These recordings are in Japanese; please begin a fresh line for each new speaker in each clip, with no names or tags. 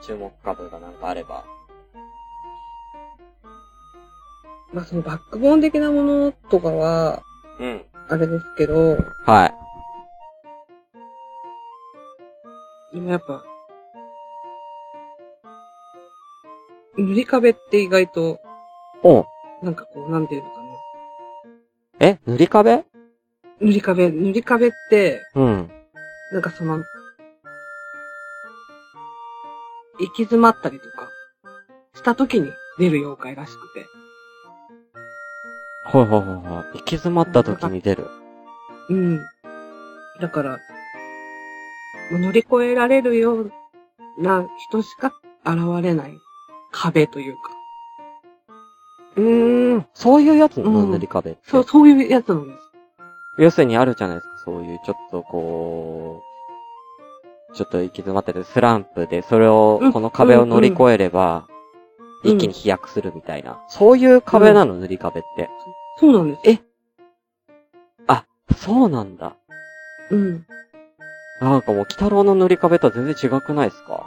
注目株がなんかあれば。
まあそのバックボーン的なものとかは、
うん。
あれですけど、
はい。
今やっぱ、塗り壁って意外と、
お
なんかこう、なんていうのかな。
え塗り壁
塗り壁、塗り壁って、
うん。
なんかその、行き詰まったりとか、した時に出る妖怪らしくて。
ほいほいほいほい。行き詰まった時に出る。
うん。だから、まあ乗り越えられるような人しか現れない壁というか。
うーん。そういうやつなの、
うん
塗り壁って。
そう、そういうやつなんです。
要するにあるじゃないですか、そういう、ちょっとこう、ちょっと行き詰まってて、スランプで、それを
う、ん
この壁を乗り越えれば、
うん
一気に飛躍するみたいな。そういう壁なの、塗り壁って。
そうなんです。
そうなんだ。
うん。
なんかもう、北郎の塗り壁とは全然違くないですか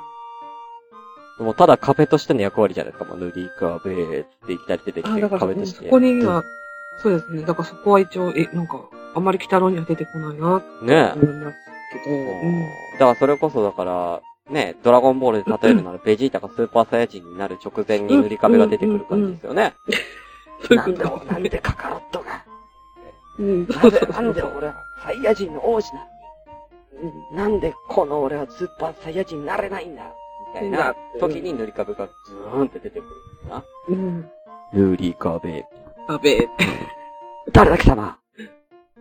もう、ただ壁としての役割じゃないですか、もう塗り壁っていきなり出てき
あ、
て、
だから、
壁
う
と
ん
し
そ
て。
こには、そうですね。だからそこは一応、え、なんか、あんまり北郎には出てこないなって
ねえ。
思いますけど、うん。
だからそれこそだから、ね、ドラゴンボールで例えるなら、ベジータがスーパーサイヤ人になる直前に塗り壁が出てくる感じですよね。
そういう
な
こと
んで、なんでカカロットが、
うん、
なんで、なんで俺はサイヤ人の王子なのに、なんでこの俺はスーパーサイヤ人になれないんだ、みたいな時に塗り壁がズーンって出てくるな。
うん。
塗り壁。
やべえ。
誰だ貴様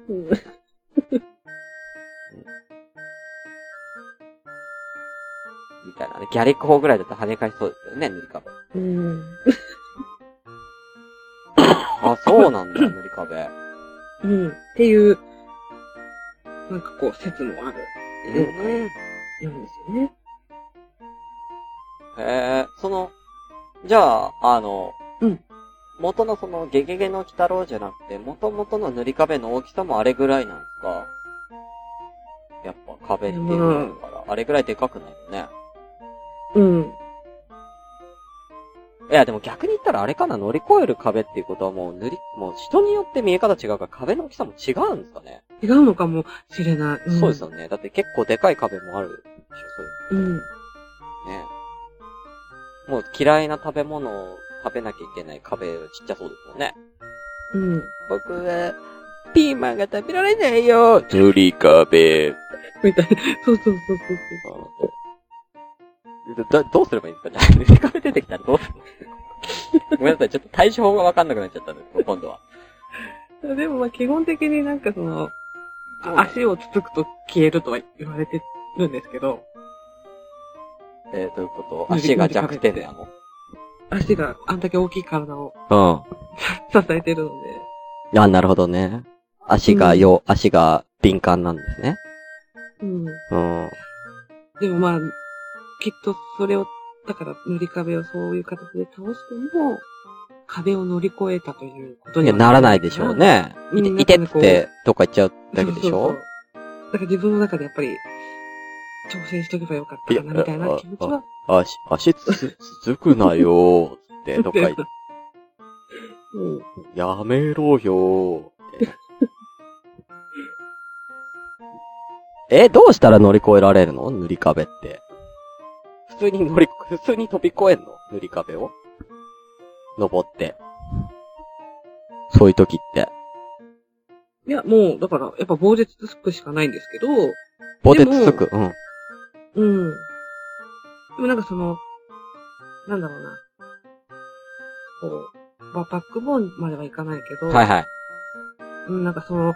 うん
みたいなね。ギャリック砲ぐらいだと跳ね返しそうですよね、塗り壁。
うん。
あ、そうなんだ、塗り壁。
うん。っていう、なんかこう、説もある。
うん。
なんですよね。
へえ、その、じゃあ、あの、
うん
元のその、ゲゲゲの鬼太郎じゃなくて、元々の塗り壁の大きさもあれぐらいなんですかやっぱ壁っていうのだから、あれぐらいでかくないよね。
うん。
いや、でも逆に言ったらあれかな、乗り越える壁っていうことはもう塗り、もう人によって見え方違うから壁の大きさも違うんですかね、
違うのかもしれない。ん
そうですよ。ね。だって結構でかい壁もあるでしょ、そういう。
うん。
ね。もう嫌いな食べ物を食べなきゃいけない壁はちっちゃそうですもんね。
うん。
僕は、ピーマンが食べられないよ塗り壁。
みたいな。そうそうそうそう
だ、 どうすればいいんですかね塗り壁出てきたらどうするのごめんなさい、ちょっと対処法がわかんなくなっちゃったんですけど、今度は。
そう。でもまあ基本的になんかその、
うん
あ足をつつくと消えるとは言われてるんですけど、
えー、ということ
塗り
足が弱点な
足があんだけ大きい体を
の。
支えてるの
うん。あ、なるほどね。足
が
よ、足が敏感なんですね。
で。うん。
うん。
でもまあ、きっとそれを、だから塗り壁をそういう形で倒しても、壁を乗り越えたということにはね。
ね
いてうんいてって、
どっか行っちゃう
そうそうそうだから自分の中でやっぱり、挑戦しとけばよかったかない
や
みたいな気持ちは、
足、足つ、つつくなよーって、どっか行っ
うん。
やめろよーって。 え、どうしたら乗り越えられるの塗り壁って。普通に乗り、普通に飛び越えんの塗り壁を。登って。そういう時って。
いや、もう、だから、やっぱ棒でつつくしかないんですけど、
ボテつつく。うん。
うん。でもなんかその、なんだろうな。こう、ババックボーンまではいかないけど、
はいはい。
うん、なんかその、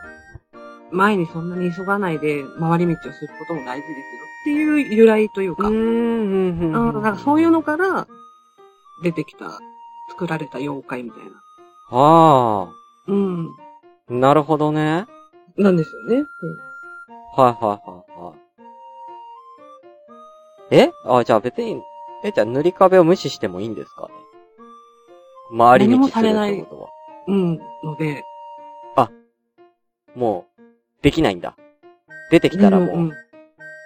前にそんなに急がないで回り道をすることも大事ですよっていう由来というか、
ん
あのなんかそういうのから出てきた、作られた妖怪みたいな。
あ
うん。
あ、なるほどね。
なんですよね。
はいはいはいはい。えあ、じゃあ別に、え、じゃあ塗り壁を無視してもいいんですかね回り道するってことは。
うん。うん。ので。
もう、できないんだ。出てきたら
ん
もう、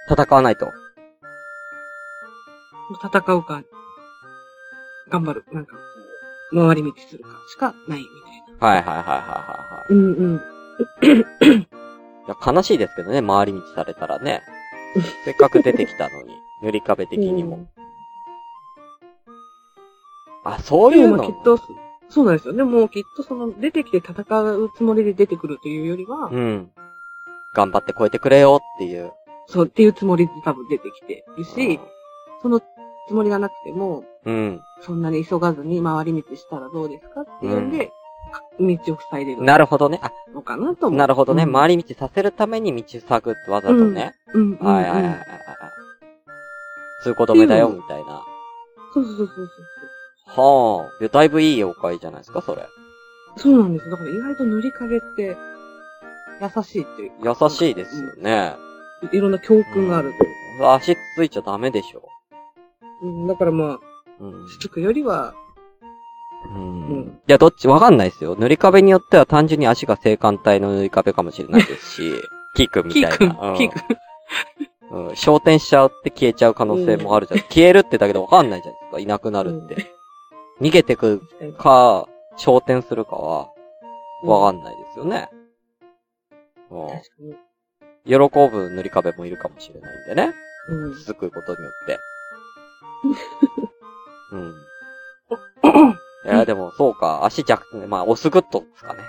戦わないと。
う戦うか、頑張る、なんかこう、回り道するかしかないみたいな。
はいはいはいはいはいはい。
うんうん。
いや悲しいですけどね、回り道されたらね。せっかく出てきたのに、塗り壁的にも。あ、そうい
で
う
も
の
き。っと、そうなんですよね。もうきっとその、出てきて戦うつもりで出てくるというよりは、
うん。頑張って超えてくれよっていう。
そうっていうつもりで多分出てきてる
うん
し、そのつもりがなくても、
うん。
そんなに急がずに回り道したらどうですかっていうんで、道を塞いでる
なるほどね。あ、
のかなと思う。
なるほどね。
うん
回り道させるために道塞ぐってわざとね。
うん、うん。
はいはいはいはいは
う
い
ん。。
通行止めだよ、
うん
みたいな。
そうそうそうそう
はあ。いや、だいぶいい妖怪じゃないですか、それ。
そう。そうなんですよ。だから意外と塗り壁って、優しいっていうか
優しいですよね。
うんいろんな教訓があるというか。
足ついちゃダメでしょ。
うん、だからま
うん
あ、しつくよりは、
うんいや、どっちわかんないですよ。塗り壁によっては単純に足が正反対の塗り壁かもしれないです し、キックみ
キ
たい
ー
な。
君、
うん
キー君。
うん。焦点しちゃうって消えちゃう可能性もあるじゃん。消えるってだけでわかんないじゃないですか。いなくなるって。逃げてくか、焦点するかは、わかんないですよね。うん
確かに。
喜ぶ塗り壁もいるかもしれないんでね。
うん。
続くことによ って。うん。いや、でも、そうか。足弱、まあ、オスグッドですかね。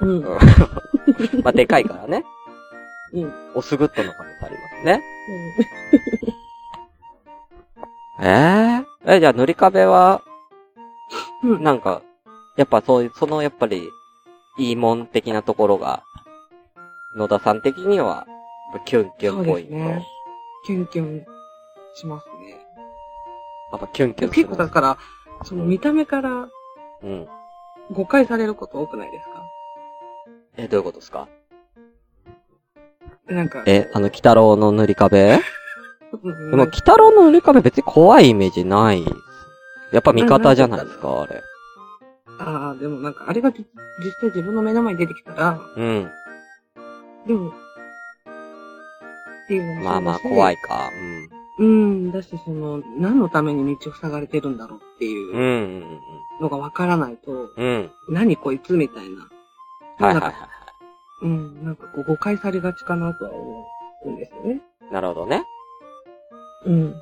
うん。
まあ、でかいからね。
うん。
オスグッドの可能性ありますね。
うん
えええ、じゃあ、塗り壁は、
う ん
なんか、やっぱそういう、その、やっぱり、いいもん的なところが、野田さん的には、キュンキュンポイント。
そうですねキュンキュンしますね。
やっぱキュンキュンする
結構だから、その見た目から
うん。
誤解されること多くないですか
え、どういうことですか
なんか、
え、あの、鬼太郎の塗り壁
うん
でも、鬼太郎の塗り壁別に怖いイメージないっす。やっぱ味方じゃないですか、あれ。
ああ、でもなんか、あれがじ実際自分の目の前に出てきたら、
うん。
でも、っていうのも
まあまあ、
そうだし
怖い。か。うん。
うん、だし、その、何のために道を塞がれてるんだろうって
う。
いうんのがわからないと、
うん。うん。
何こいつみたいな。
はいはい
な
は
んかうん、なんかこう誤解されがちかなとは思うんですよね。
い。なるほどね。
うん。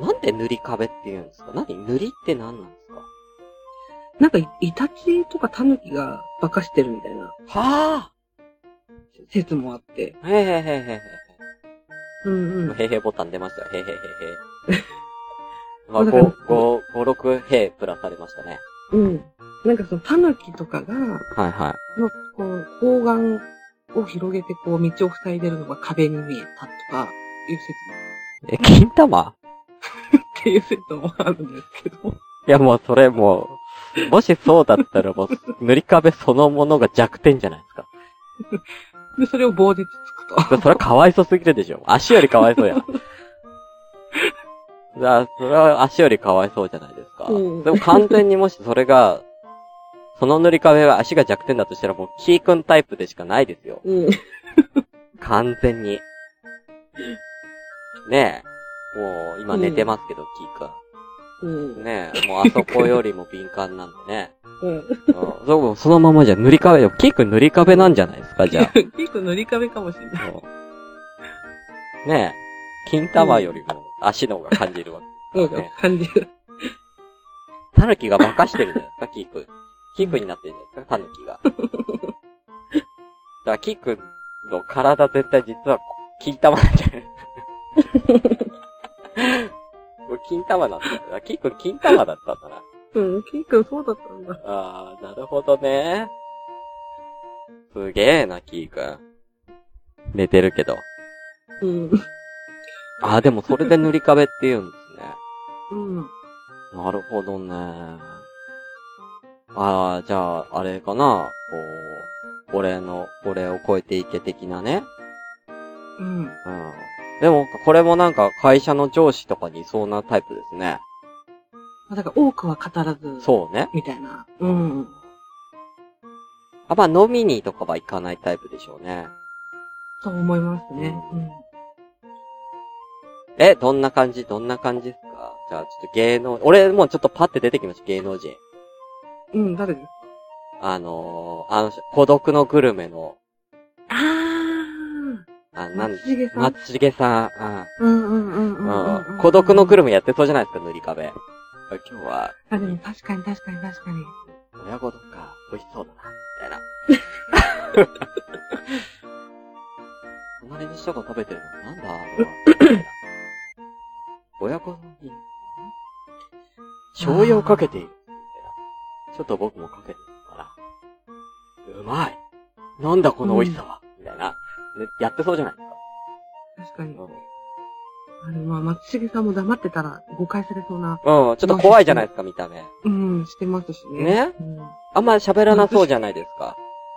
なんで塗り壁って言うんですか何塗りって何なんですか
なんかイ、イタチとかタヌキが化かしてるみたいな
は
説もあって。
あへへへへへ。
うんう。
もうんへへボタン出ましたよ。へへへへへ。 ま
も
あ、
うだから
5、5、5、6へプラスされましたね。
うん。なんかそのタヌキとかが、
はいはい。
の、こう、方眼を広げてこう道を塞いでるのが壁に見えたとか、いう説
え、金玉
っていう説もあるんですけど。
いやもうそれもう、もしそうだったらもう、塗り壁そのものが弱点じゃないですか。
で、それを棒でつつくと。
それはかわいそうすぎるでしょ。足よりかわいそうやん。 じゃあ、それは足よりかわいそうじゃないですか。
うん
でも完全にもしそれが、その塗り壁は足が弱点だとしたらもうキー君タイプでしかないですよ。
うん。
完全に。ねえ。もう今寝てますけど、キー
うん。
君。ねえ。もうあそこよりも敏感なんで ね。
うん。
うんそう、そのままじゃ塗り壁、キー君塗り壁なんじゃないですか、 じゃあ。
結構塗り壁かもしれ ない。
そうねえ、金玉よりも足の方が感じるわ
そう
け、
か
ね。、
感じる。
タヌキが化かしてるじゃないですか、キー君。キー君になってるじゃないですか、タヌキが。だから、キー君の体絶対実は、金玉なんじゃない これ金玉なんだよな。キー君金玉だったんだな。
うん、キー君そうだったんだ。
あー、なるほどね。すげえな、キー君。寝てるけど。
うん。
あー、でもそれで塗り壁って言うんですね。
うん。
なるほどね。ああ、じゃあ、あれかな。こう、俺の、俺を超えていけ的なね。
うん。
うん。でも、これもなんか会社の上司とかにいそうなタイプですね。
まあだから多くは語らず、
そうね。
みたいな。うん。
あ、まあ、飲みにとかは行かないタイプでしょうね。
と思いますね。うん。
え、どんな感じどんな感じですかじゃあ、ちょっと芸能、俺もうちょっとパって出てきました、芸能人。
うん、誰です
あのー、あの人、孤独のグルメの、
あー。
あ、なん
松重さん
松重さん、
うんうん
う、
うんうんん
うん。孤独のグ
ル
ルメやってそうじゃないですか、塗り壁。今日は、
あ、でも確かに確かに確かに。
親子丼か、美味しそうだな、みたいな。 隣の人が食べてるの、なんだあれはみたいな親子丼に、醤油をかけている。みたいなちょっと僕もかけてみるから。うまいなんだこの美味しさは、みたいな。ねやってそうじゃないですか。
確かに。
うん
あの、まあ、松重さんも黙ってたら誤解されそうな、
うん、ちょっと怖いじゃないですか、見た目。
うん、してますしね。
ね
うん。
あんまり喋らなそうじゃないですか。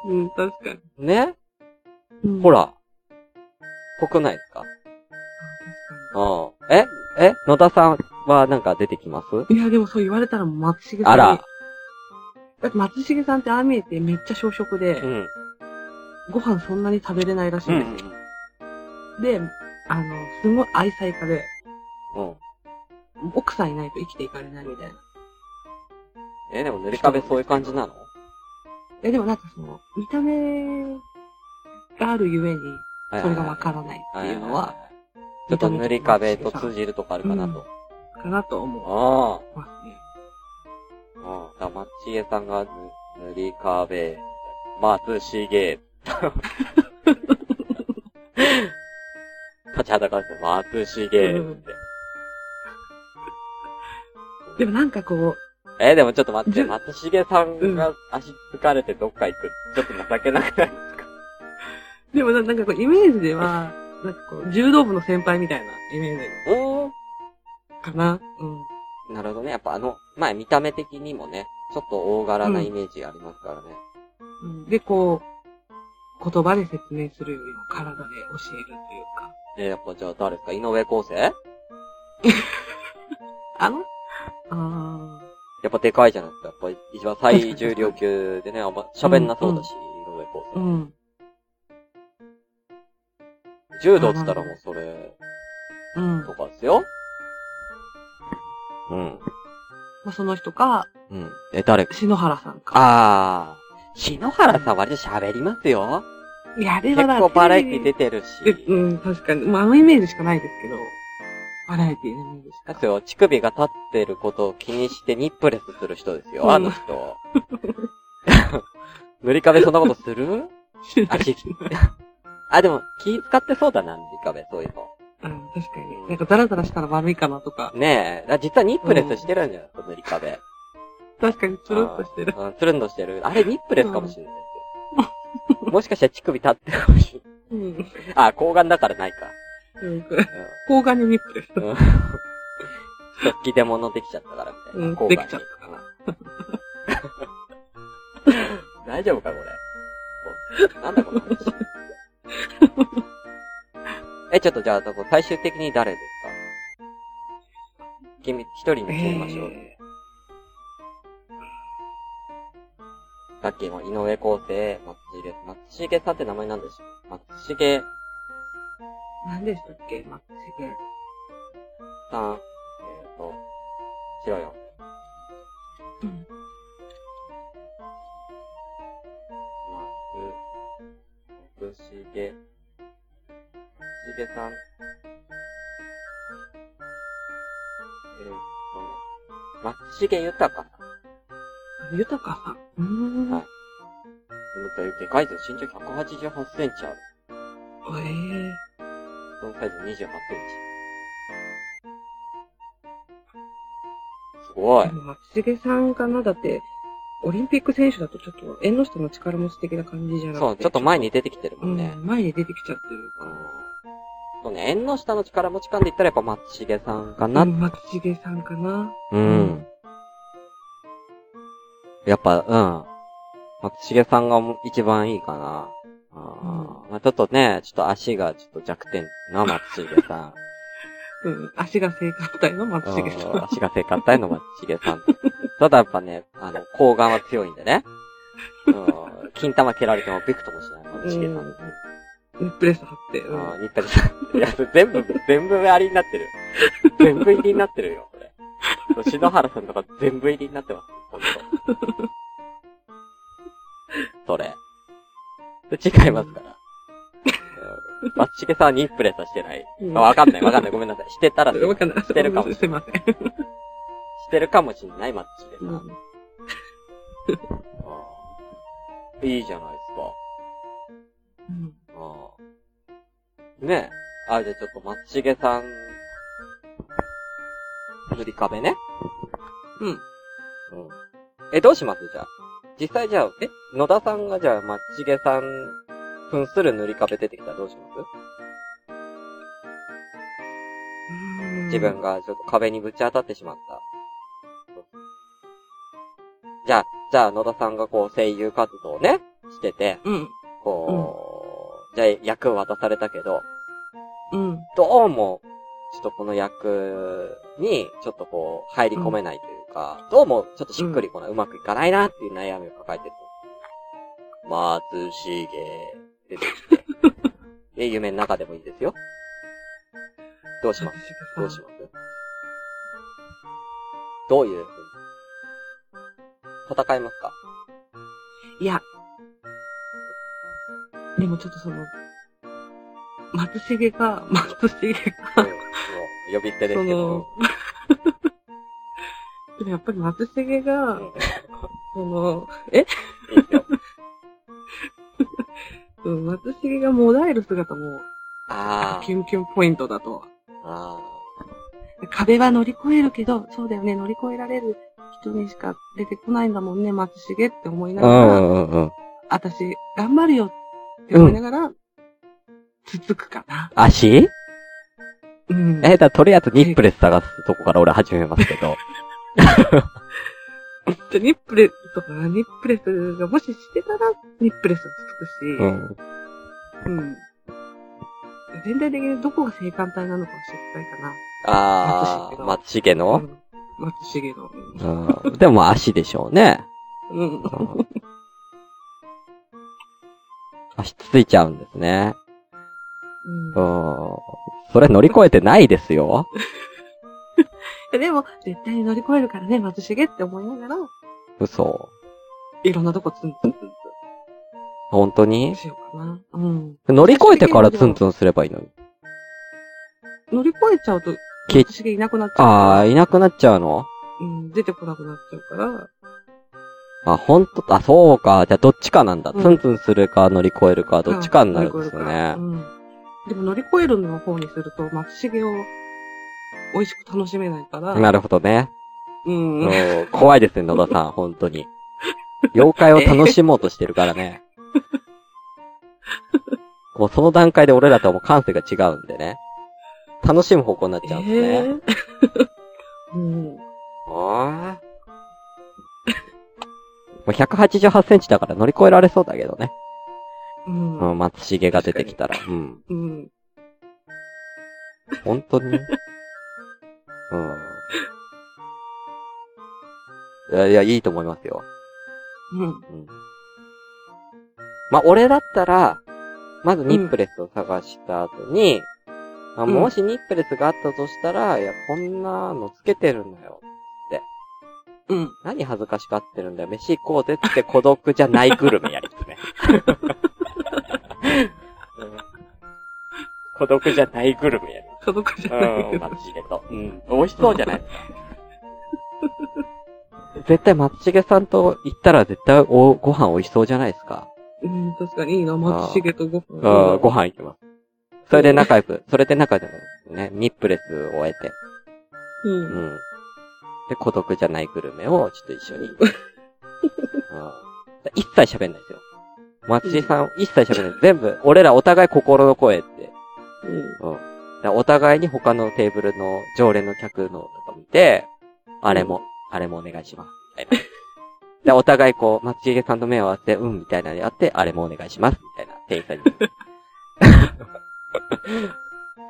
うん、確かに。
ね
うん、
ほ
ら。
ら。濃くないですかうん。ええ野田さんはなんか出てきます
いや、でもそう言われたら松重さんに。
あら。
だって松重さんってああ見えてめっちゃ小食で、
うん。
ご飯そんなに食べれないらしい
うんん
ですよ。で、あの、すごい愛妻家で、
うん。
奥さんいないと生きていかれないみたいな。
え、でも塗り壁そういう感じなの
え、でもなんかその、見た目があるゆえに、それがわからないっていうのは、
ちょっと塗り壁と通じるとこあるかなと。
かなと思
あ
いますね。
あ。うん。だからマッチエさんが塗塗り壁、松 重。立ちはだかって、松重って。
でもなんかこう、
えーでもちょっと待って、
うん
松重さんが足つかれてどっか行く。ちょっと情けなくないですか
でもななんかこう、イメージでは、なんかこう、柔道部の先輩みたいなイメージ
うー
かな。うん。
ん。なるほどね。やっぱあの、前見た目的にもね、ちょっと大柄なイメージがありますからね。
うんで、こう、言葉で説明するよりも体で教えるというか。
えーやっぱじゃあ誰ですか井上康生や
あのあ
っぱでかいじゃないですか。やっぱり一番最重量級でね、あんま喋んなそうだし、井上康
ー
生。
うん。
柔道っつったらもうそれ
うん。
と
ま
かですよ。うん。
あ、その人か、
うん。え、誰
篠原さんか。
あー。篠原さん割と喋りますよ。
いや、あれ
結
はだ
構バラエティ出て
て
るし。
うん、確かに。まあ、あのイメージしかないですけど、バラエティのイメージし
で
か。
すよ、乳首が立ってることを気にしてニップレスする人ですよ、あの人。 塗り壁そんなことする
知ら
あ、
ない
しあ、でも気使ってそうだな、塗り壁、そういうの。
うん、確かに。なんかダラダラしたら悪いかなとか。
ねえ、だ実はニップレスしてるんじゃないですか、塗り壁。
確かにつるっとしてる。
うん、つるんとしてる。あれニップレスかもしれないですよ。もしかしたら乳首立ってるかもしれない。
うん。
あ、睾丸だからないか。
うん
うん
抗がんにニップです。
うん。突起で物できちゃったから、みたいな。
うん
交換
できちゃった
に。大丈夫か、これ。おなんだこの話。え、ちょっとじゃあ、どこ最終的に誰ですか君、一人に決めましょう。
え
さっきの井上康生、松重、松重さんって名前なんでしょう松重
ー何でしたっけまあ、世間
さん、えっ、と、しろよ。
うん
まず、しげ、しげさん。えっ、と、まつしげ豊かさん。
豊かさん。うーん。
はいでもでかいですよ。身長188センチある。
ええ
そのサイズ28センチ。すごい
で。も松重さんかなだって、オリンピック選手だとちょっと、縁の下の力持ち的な感じじゃなくて。
そう、ちょっと前に出てきてるも
うんん、
ね。
前に出てきちゃってるか
うん
ら。
そうね、縁の下の力持ち感で言ったらやっぱ松重さんかな。
うん松重さんかな
うん。やっぱ、うん。松重さんが一番いいかな。あーまあ、ちょっとね、ちょっと足がちょっと弱点な、松重さん。
うん。足が正解体の松重さ
うん
ん。
足が正かったいの、松重さん。ただやっぱね、あの、睾丸は強いんでね。うん。金玉蹴られてもびくともしない、松重さん。
うニップレス貼って、うん
ああ、ニッタリさん。いや、それ全部、全部ありになってる。全部入りになってるよ、これ。そう篠原さんとか全部入りになってます。ほんと。それ。それ違いますから。うんバッチケさんはニップレスはしてない。
うん
あわかんない、わかんない。ごめんなさい。してたらすいま
わ
せん、
かんない。
してるかも
すいません。
してるかもしんない、マッチケさん。
うん
うんいいじゃないですか。ああ。ねえ。あ、じゃあちょっと、まっちげさん、塗り壁ね。
うん。うん。
うん。え、どうしますじゃあ。実際じゃあ、え、野田さんがじゃあ、まっちげさん、扮する塗り壁出てきたらどうします、
うん
自分。がちょっと壁にぶち当たってしまった。じゃあ、じゃあ、野田さんがこう、声優活動をね、してて、
うん。
こう、じゃあ、役を渡されたけど、
うん。
どうも、ちょっとこの役に、ちょっとこう、入り込めないというか、どうも、ちょっとしっくりこない、うまくいかないなっていう悩みを抱えてる。松重出てきて。で、夢の中でもいいですよ。どうしますどうしますどういうふうに戦いますか
いや。でもちょっとその、松重が、松重
うん
が
も、う呼び捨てで
そ
すけど
の。、でもやっぱり松重が、
うん
その、え
いいですよ。
うん、松重がもだえる姿も、
あ
キ
ー
ュンキュンポイントだと。
あー。
壁は乗り越えるけど、そうだよね、乗り越えられる人にしか出てこないんだもんね、松重って思いながら、
うんうん。
私、頑張るよって思いながら、つつくかな。
足
うん。
え、だ、とりあえずニップレス探すとこから俺始めますけ ど。
じゃあニップレスとか、ニップレスがもししてたら、ニップレスをつつ
う
くし、
ん。
うん。全体的にどこが性感帯なのかを知りたいかな。
あー、まっちげ
う
の
ん松重の。
うん。でもまあ足でしょうね。
うん。うん
うん足ついちゃうんですね。うん。それ乗り越えてないですよ。
えでも、絶対に乗り越えるからね、松重って思いながら、
嘘。
いろんなとこツンツンツンツン。
本当に
しようかな。うん。
乗り越えてからツンツンすればいいのに。
乗り越えちゃうと、
き
私がいなくなっちゃうから。
あー、いなくなっちゃうの
うん、出てこなくなっちゃうから。
あ、ほんと、あ、そうか。じゃあどっちかなんだ。
うん
ツンツンするか乗り越えるか、どっちかになるん
乗
で
り
す
越えか
ね
らう。ん。でも乗り越えるの方にすると、松重を美味しく楽しめないから。
なるほどね。
うん。
もう怖いですね、野田 さん、本当に。妖怪を楽しもうとしてるから ね。もうその段階で俺らとはもう感性が違うんでね。楽しむ方向になっちゃうんですね。
えーうん。
あーもう188センチだから乗り越えられそうだけどね。
う。
うんん、松重が出てきたら。うん。
うん。
本当にうん。いや、いや、いいと思いますよ。
うん。
まあ、俺だったら、まずニップレスを探した後に、まあ、
うん
もしニップレスがあったとしたら、いや、こんなのつけてるんだよ。
うん。
何恥ずかしがってるんだよ。飯行こうぜって孤独じゃないグルメやりつね。うん孤独じゃないグルメやり
家族じゃない
うん、
けど
マ。ッチゲと。うん。美味しそうじゃないですか。絶対、マッチゲさんと行ったら絶対お、ご飯美味しそうじゃないですか。
うん、確かにいいな、松重とご飯。
うん、ご
飯。
飯行きます。それで仲良く、それで仲良くね、ニップレスを終えて、
う。
うんん。で、孤独じゃないグルメをちょっと一緒 に。うん、一切喋んないですよ。松井さん、一切喋んない。全部、俺らお互い心の声って。
うん。
うん。だからお互いに他のテーブルの常連の客のとか見て、あれも、あれもお願いします。みたいな。で、お互いこう、松重さんと目を合わせて、うん、みたいなのやって、あれもお願いします。みたいな、店員さんに。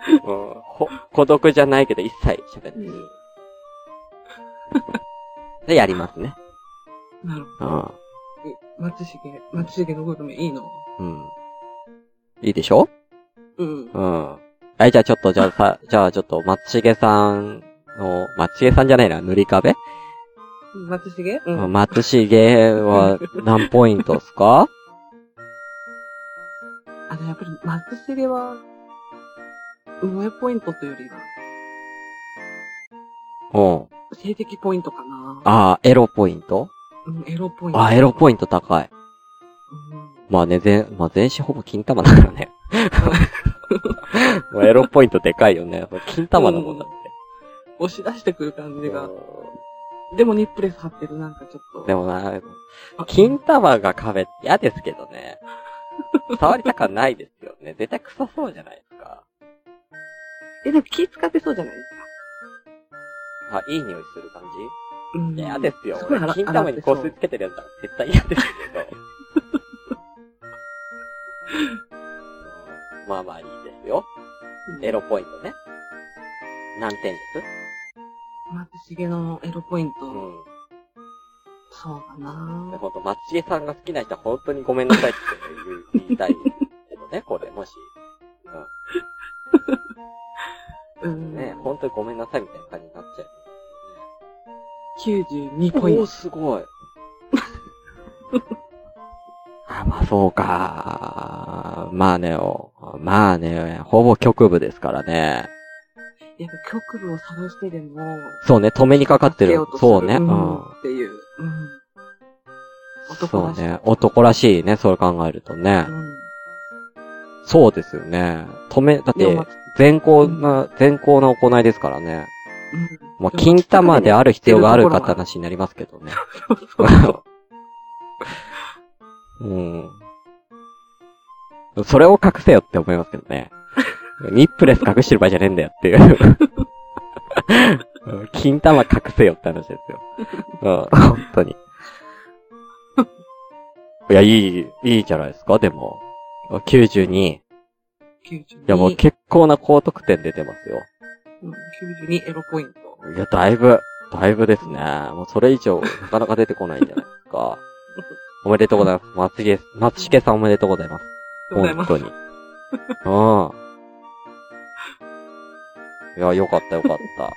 うんほ孤独じゃないけど一切喋んない。で、やりますね。
なるほ
うん。
ど。松重、松重のご飯いいの
うん。いいでしょ
うん。
うん。え、じゃあちょっと、じゃあさ、じゃあちょっと、まちげさんの、まちげさんじゃないな、塗り壁、
松重
う
う。
んん、まつしげは何ポイントっすか
あの、やっぱり松重は、萌えポイントというより
うん。
は、性的ポイントかな。
あーエロポイント
うん、エロポイント。
あーエロポイント高い。
うん
まあね、全、まあ全身ほぼ金玉だから ね。もうエロポイントでかいよね。金玉だもんだって。
押し出してくる感じが。でもニップレス貼ってる、なんかちょっと。
でもな、
あ、
金玉が壁って嫌ですけど ね。触りたくはないですよね。絶対臭そうじゃないですか。
え、でも気使ってそうじゃないですか。
あ、いい匂いする感じ
うん。
嫌ですよ
す。ごい
俺
洗
金玉に香水つけてるやつだから絶対嫌ですけど。 まあまあいいですよ。エロポイントね。何点です
松重のエロポイント。
うん。
そう
で
だな
ほんと、松重さんが好きな人は本当にごめんなさいって言う言いたいけどね、これ、もし。
うん。
ね、本当にごめんなさいみたいな感じになっちゃ
92
う。
ポイント。
ー、すごい。 あ、まあそうか。まあね、おまあね、ほぼ局部ですからね。
やっぱ局部を探してでも、
そうね、止めにかかって
つけ
る
よ。とする
そうね、うん。
んっていう。うん。
そ
男
う
らしい。
ね、男らしいね、それ考えるとね。そうですよね。止め、だっ
うん。でも
て
ま、
善行な、善行な行いですからね。
うん。
まあ、金玉で
あ
ある必要があるかって話になりますけどね。 うん。それを隠せよって思いますけどね。 ニップレス隠してる場合じゃねえんだよっていう。 うん金玉隠せよって話ですよ。うん、本当に。いや、いい、いいじゃないですか、でも。92。いや、もう結構な高得点出てますよ。
92エロポイント。
いや、だいぶ、だいぶですね。もうそれ以上、なかなか出てこないんじゃないです か。おめでとうございます。松重、松重さんおめでとうございます。
ありがとうございま
本
す。
当に。 うん。いや、よかったよかった。